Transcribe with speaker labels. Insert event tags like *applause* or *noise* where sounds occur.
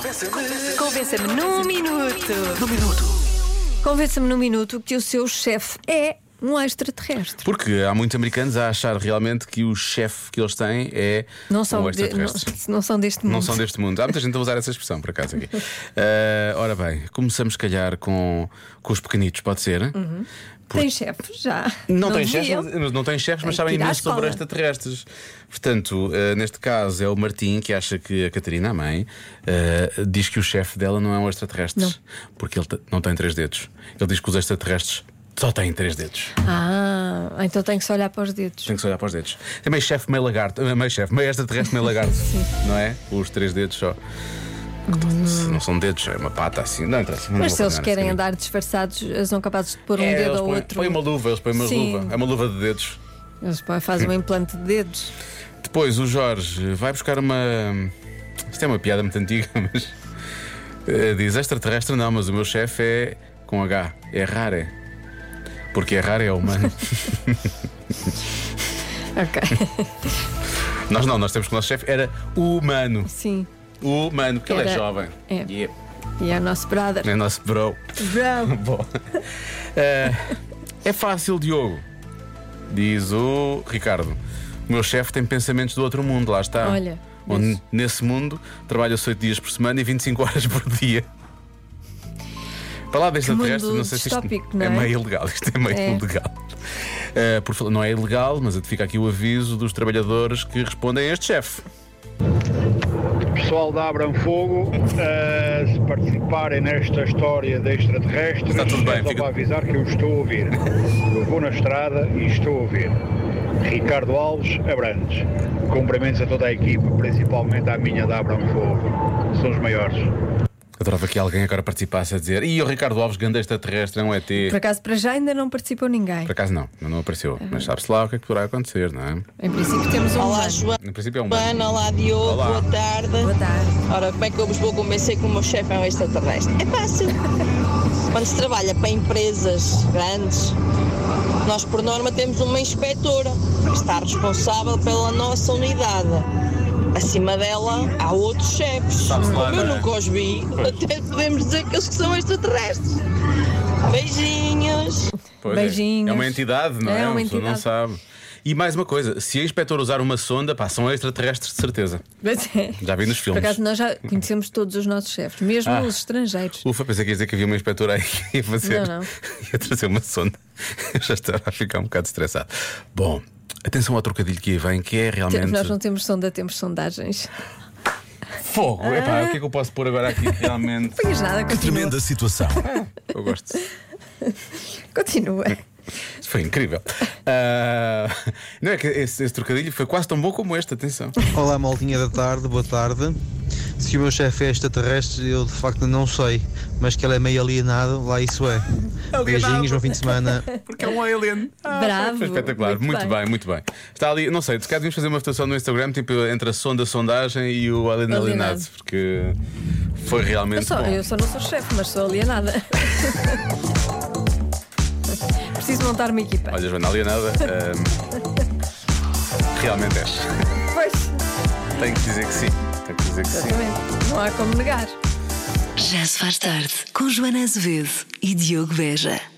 Speaker 1: Convença-me.
Speaker 2: Convença-me num minuto.
Speaker 1: No minuto.
Speaker 2: Convença-me num minuto que o seu chefe é um extraterrestre.
Speaker 3: Porque há muitos americanos a achar realmente que o chefe que eles têm é
Speaker 2: Não são,
Speaker 3: um
Speaker 2: de-
Speaker 3: extraterrestre.
Speaker 2: não, não são deste mundo.
Speaker 3: Não são deste mundo. Há muita gente a usar essa expressão, por
Speaker 2: *laughs*
Speaker 3: acaso, aqui. Eh, ora bem, começamos, se calhar, com, com os pequenitos, pode ser?
Speaker 2: Uhum. Tem chefe já.
Speaker 3: Não, tem
Speaker 2: deviam.
Speaker 3: chefes, não, não tem chefes, mas
Speaker 2: Tem que
Speaker 3: sabem
Speaker 2: ir à
Speaker 3: imenso sobre
Speaker 2: Eh, escola.
Speaker 3: extraterrestres. Portanto, eh, neste caso é o Martim que acha que a Catarina, a mãe, eh, diz que o chefe dela não é um extraterrestre.
Speaker 2: Não.
Speaker 3: Porque ele te- não tem três dedos. Ele diz que os extraterrestres só têm três dedos.
Speaker 2: Ah, então tem que se olhar para os dedos.
Speaker 3: Tem que se olhar para os dedos. É meio chefe, meio lagarto. Eh, Meio chefe, meio extraterrestre,
Speaker 2: *laughs*
Speaker 3: meio lagarto. Não é? Os três dedos só. Não são dedos, é uma pata assim. Não interessa. não
Speaker 2: Mas
Speaker 3: vou
Speaker 2: se eles
Speaker 3: continuar
Speaker 2: querem
Speaker 3: nesse
Speaker 2: andar disfarçados, eles são capazes de pôr um
Speaker 3: caminho. É,
Speaker 2: dedo
Speaker 3: eles
Speaker 2: ao
Speaker 3: põem-
Speaker 2: outro.
Speaker 3: põem uma luva, eles põem uma
Speaker 2: Sim.
Speaker 3: luva. É uma luva de dedos.
Speaker 2: Eles põem-
Speaker 3: *laughs*
Speaker 2: fazem um implante de dedos.
Speaker 3: Depois o Jorge vai buscar uma. Isto é uma piada muito antiga, *laughs* mas. eh, Diz extraterrestre, não, mas o meu chefe é com H. É rare. Porque é raro
Speaker 2: *laughs*
Speaker 3: é humano.
Speaker 2: Ok, *laughs*
Speaker 3: nós não, nós temos que o nosso chefe era humano.
Speaker 2: sim.
Speaker 3: Humano, porque ele é
Speaker 2: Era-
Speaker 3: jovem.
Speaker 2: é.
Speaker 3: E é-
Speaker 2: E é o nosso brother.
Speaker 3: é nosso bro.
Speaker 2: Bro.
Speaker 3: Bom. Eh, é fácil, Diogo. Diz o Ricardo. O meu chefe tem pensamentos do outro mundo, lá está.
Speaker 2: Olha,
Speaker 3: Onde,
Speaker 2: isso.
Speaker 3: nesse mundo trabalha-se 8 dias por semana e 25 horas por dia. Para lá desde
Speaker 2: Que
Speaker 3: terrestre,
Speaker 2: mundo
Speaker 3: não sei se isto
Speaker 2: distópico, não é?
Speaker 3: meio ilegal. Isto é meio
Speaker 2: É.
Speaker 3: ilegal. Eh, por falar- não é ilegal, mas fica aqui o aviso dos trabalhadores que respondem a este chefe.
Speaker 4: Pessoal da Abram Fogo, eh, se participarem nesta história de extraterrestres,
Speaker 3: Está tudo bem,
Speaker 4: é só
Speaker 3: fica-
Speaker 4: para avisar que eu estou a ouvir. Eu vou na estrada e estou a ouvir. Ricardo Alves Abrantes. Cumprimentos a toda a equipa, principalmente à minha da Abram Fogo. São os maiores.
Speaker 3: Adorava que alguém agora participasse a dizer: e o Ricardo Alves, grande extraterrestre, é um ET.
Speaker 2: Por acaso, para já ainda não participou ninguém.
Speaker 3: Por acaso não, não apareceu. Mas sabe-se lá o que é que poderá acontecer, não é?
Speaker 2: Em princípio, temos um.
Speaker 5: Olá,
Speaker 2: humano.
Speaker 5: Joana.
Speaker 3: No princípio é um.
Speaker 5: Olá, Diogo.
Speaker 3: Olá.
Speaker 5: Boa tarde.
Speaker 2: Boa tarde.
Speaker 5: Ora, como é que eu vos vou convencer que o meu chefe é um extraterrestre? É *laughs* fácil. Quando se trabalha para empresas grandes, nós por norma temos uma inspetora que está responsável pela nossa unidade. Acima dela há outros chefes.
Speaker 3: Sabe-se lá,
Speaker 5: Como eu
Speaker 3: não é?
Speaker 5: nunca os vi, até podemos dizer que eles que são extraterrestres. Beijinhos.
Speaker 3: Pois é.
Speaker 2: Beijinhos.
Speaker 3: É uma entidade, não é?
Speaker 2: É uma
Speaker 3: Uma pessoa não
Speaker 2: entidade.
Speaker 3: sabe. E mais uma coisa, se a inspetora usar uma sonda, pá, são extraterrestres de certeza.
Speaker 2: Mas é.
Speaker 3: Já vi nos
Speaker 2: Por
Speaker 3: filmes.
Speaker 2: acaso, nós já conhecemos todos os nossos chefes, mesmo
Speaker 3: Ah.
Speaker 2: os estrangeiros.
Speaker 3: Ufa, pensei que ia dizer que havia uma inspetora aí que ia fazer.
Speaker 2: Não, não.
Speaker 3: *laughs* ia trazer uma sonda. Eu já estava a ficar um bocado estressado. Bom, atenção ao trocadilho que aí vem, que é realmente.
Speaker 2: Nós não temos sonda, temos sondagens.
Speaker 3: Fogo! Epá, o que é que eu posso pôr agora aqui realmente?
Speaker 2: Ah.
Speaker 3: *laughs*
Speaker 2: Pois Ah. nada, continua.
Speaker 6: Tremenda situação.
Speaker 3: Eu gosto.
Speaker 2: Continua.
Speaker 3: Isso Foi
Speaker 2: *laughs*
Speaker 3: incrível. Ah, não é que esse, esse trocadilho foi quase tão bom como este, atenção.
Speaker 7: Olá, maldinha da tarde, boa tarde. Se o meu chefe é extraterrestre, eu de facto não sei, mas que ele é meio alienado, lá isso é. Beijinhos, bom fim de semana.
Speaker 3: Porque é um alien.
Speaker 2: *laughs* Bravo.
Speaker 3: Foi espetacular, muito, bem. muito bem. Está ali, não sei, se calhar devíamos fazer uma votação no Instagram, tipo entre a sonda, a sondagem e o alien
Speaker 2: Alienado.
Speaker 3: alienado, porque foi realmente
Speaker 2: Eu só,
Speaker 3: É bom.
Speaker 2: eu só não sou chefe, mas sou
Speaker 3: *laughs*
Speaker 2: alienada. Preciso montar uma equipa.
Speaker 3: Olha,
Speaker 2: *laughs*
Speaker 3: Joana, alienada. ahm, realmente és.
Speaker 2: Pois,
Speaker 3: Tenho que dizer que sim. Tenho que dizer que sim.
Speaker 2: exatamente. Não há como negar.
Speaker 8: Já se faz tarde com Joana Azevedo e Diogo Beja.